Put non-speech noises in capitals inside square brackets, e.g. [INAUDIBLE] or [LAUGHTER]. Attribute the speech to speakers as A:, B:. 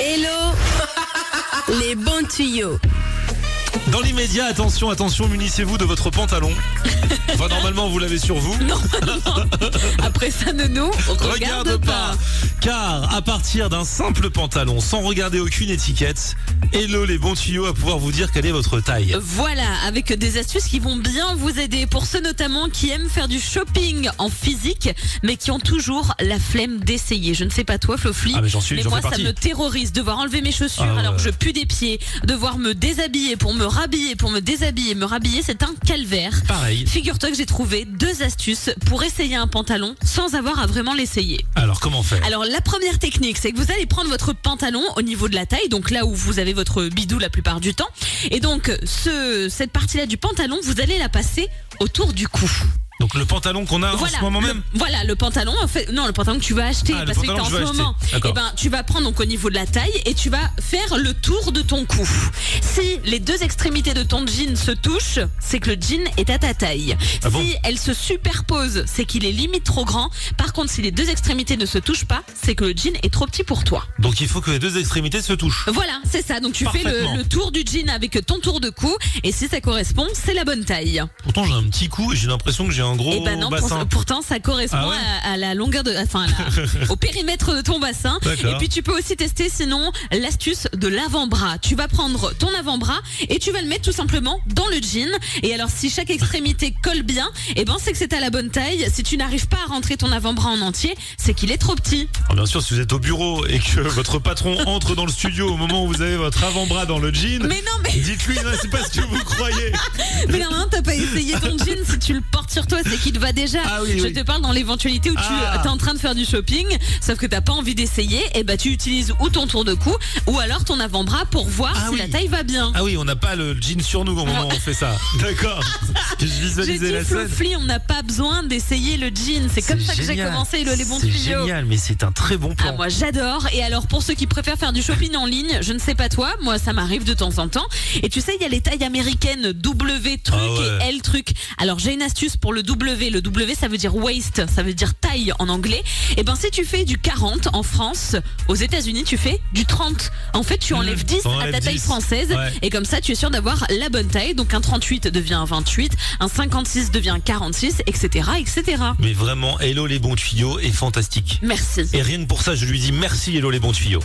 A: Hello [LAUGHS] Les bons tuyaux.
B: Dans l'immédiat, attention, attention, munissez-vous de votre pantalon. Enfin, normalement, vous l'avez sur vous.
A: Après ça, Nono, on regarde, pas.
B: Car à partir d'un simple pantalon, sans regarder aucune étiquette, Hello les bons tuyaux à pouvoir vous dire quelle est votre taille.
A: Euh, Voilà, avec des astuces qui vont bien vous aider. Pour ceux notamment qui aiment faire du shopping en physique, mais qui ont toujours la flemme d'essayer. Je ne sais pas toi, Flofli,
B: Ah, mais j'en suis- j'en
A: moi,
B: fais
A: ça
B: partie.
A: me terrorise. Devoir enlever mes chaussures
B: Ah ouais.
A: alors que je pue des pieds, devoir me déshabiller pour me rhabiller, pour me déshabiller, me rhabiller, c'est un calvaire.
B: Pareil.
A: Figure-toi que j'ai trouvé deux astuces pour essayer un pantalon sans avoir à vraiment l'essayer.
B: Alors, comment faire
A: Alors la première technique, c'est que vous allez prendre votre pantalon au niveau de la taille, donc là où vous avez votre bidou la plupart du temps, et donc ce, cette partie-là du pantalon, vous allez la passer autour du cou.
B: Donc, le pantalon qu'on a en ce moment
A: le,
B: même
A: voilà le pantalon. En fait, non, le pantalon que tu vas acheter,
B: Ah, le
A: pas celui que
B: pantalon
A: t'as en
B: que
A: ce
B: je vais acheter.
A: moment.
B: D'accord.
A: Eh ben, tu vas prendre donc au niveau de la taille et tu vas faire le tour de ton cou. Si les deux extrémités de ton jean se touchent, c'est que le jean est à ta taille.
B: Ah bon
A: si elles se superposent, c'est qu'il est limite trop grand. Par contre, si les deux extrémités ne se touchent pas, c'est que le jean est trop petit pour toi.
B: Donc, il faut que les deux extrémités se touchent.
A: Voilà, c'est ça. Donc tu fais
B: Parfaitement.
A: le, le tour du jean avec ton tour de cou et si ça correspond, c'est la bonne taille.
B: Pourtant, j'ai un petit cou et j'ai l'impression que j'ai un gros
A: Eh ben non, pour-
B: bassin.
A: pourtant ça correspond
B: Ah ouais
A: à, à la longueur de, enfin à
B: [LAUGHS]
A: la- au périmètre de ton bassin.
B: D'accord.
A: Et puis tu peux aussi tester sinon l'astuce de l'avant-bras. Tu vas prendre ton avant-bras et tu vas le mettre tout simplement dans le jean. Et alors si chaque extrémité colle bien, eh ben c'est que c'est à la bonne taille. Si tu n'arrives pas à rentrer ton avant-bras en entier, c'est qu'il est trop petit.
B: Alors, Ah, bien sûr, si vous êtes au bureau et que [LAUGHS] votre patron entre dans le studio au moment où vous avez votre avant-bras dans le jean,
A: Mais non mais
B: dites-lui, non, c'est pas ce que vous croyez.
A: mais non, t'as pas essayé
B: [LAUGHS]
A: ton jean si tu le portes sur toi, c'est qu'il te va déjà.
B: Ah oui,
A: Je
B: oui.
A: te parle dans l'éventualité où
B: Ah.
A: tu es en train de faire du shopping, sauf que t'as pas envie d'essayer, et bah tu utilises ou ton tour de cou ou alors ton avant-bras pour voir
B: Ah
A: si
B: oui.
A: la taille va bien.
B: Ah oui, on n'a pas le jean sur nous au moment où on fait ça. D'accord. Je
A: J'ai
B: visualisais
A: dit
B: la scène.
A: Flofli, on n'a pas besoin d'essayer le jean. C'est comme ça que j'ai
B: génial.
A: commencé le Les Bons
B: C'est
A: Tuyaux.
B: génial, mais c'est un très bon
A: Ah,
B: plan.
A: moi j'adore. Et alors pour ceux qui préfèrent faire du shopping en ligne, je ne sais pas toi, moi ça m'arrive de temps en temps. Et tu sais, il y a les tailles américaines W truc
B: Ah ouais.
A: et L truc. Alors j'ai une astuce pour le W. Le W ça veut dire waist, ça veut dire taille en anglais. Et ben si tu fais du 40 en France, aux États-Unis tu fais du 30. En fait
B: Hmm.
A: tu enlèves 10 à
B: t'enlèves
A: ta
B: 10.
A: taille française.
B: Ouais.
A: Et comme ça tu es sûr d'avoir la bonne taille. Donc un 38 devient un 28, un 56 devient un 46, etc. etc.
B: Mais vraiment, Hello les bons tuyaux est fantastique.
A: Merci.
B: Et rien que pour ça, je lui dis merci Hello les bons tuyaux.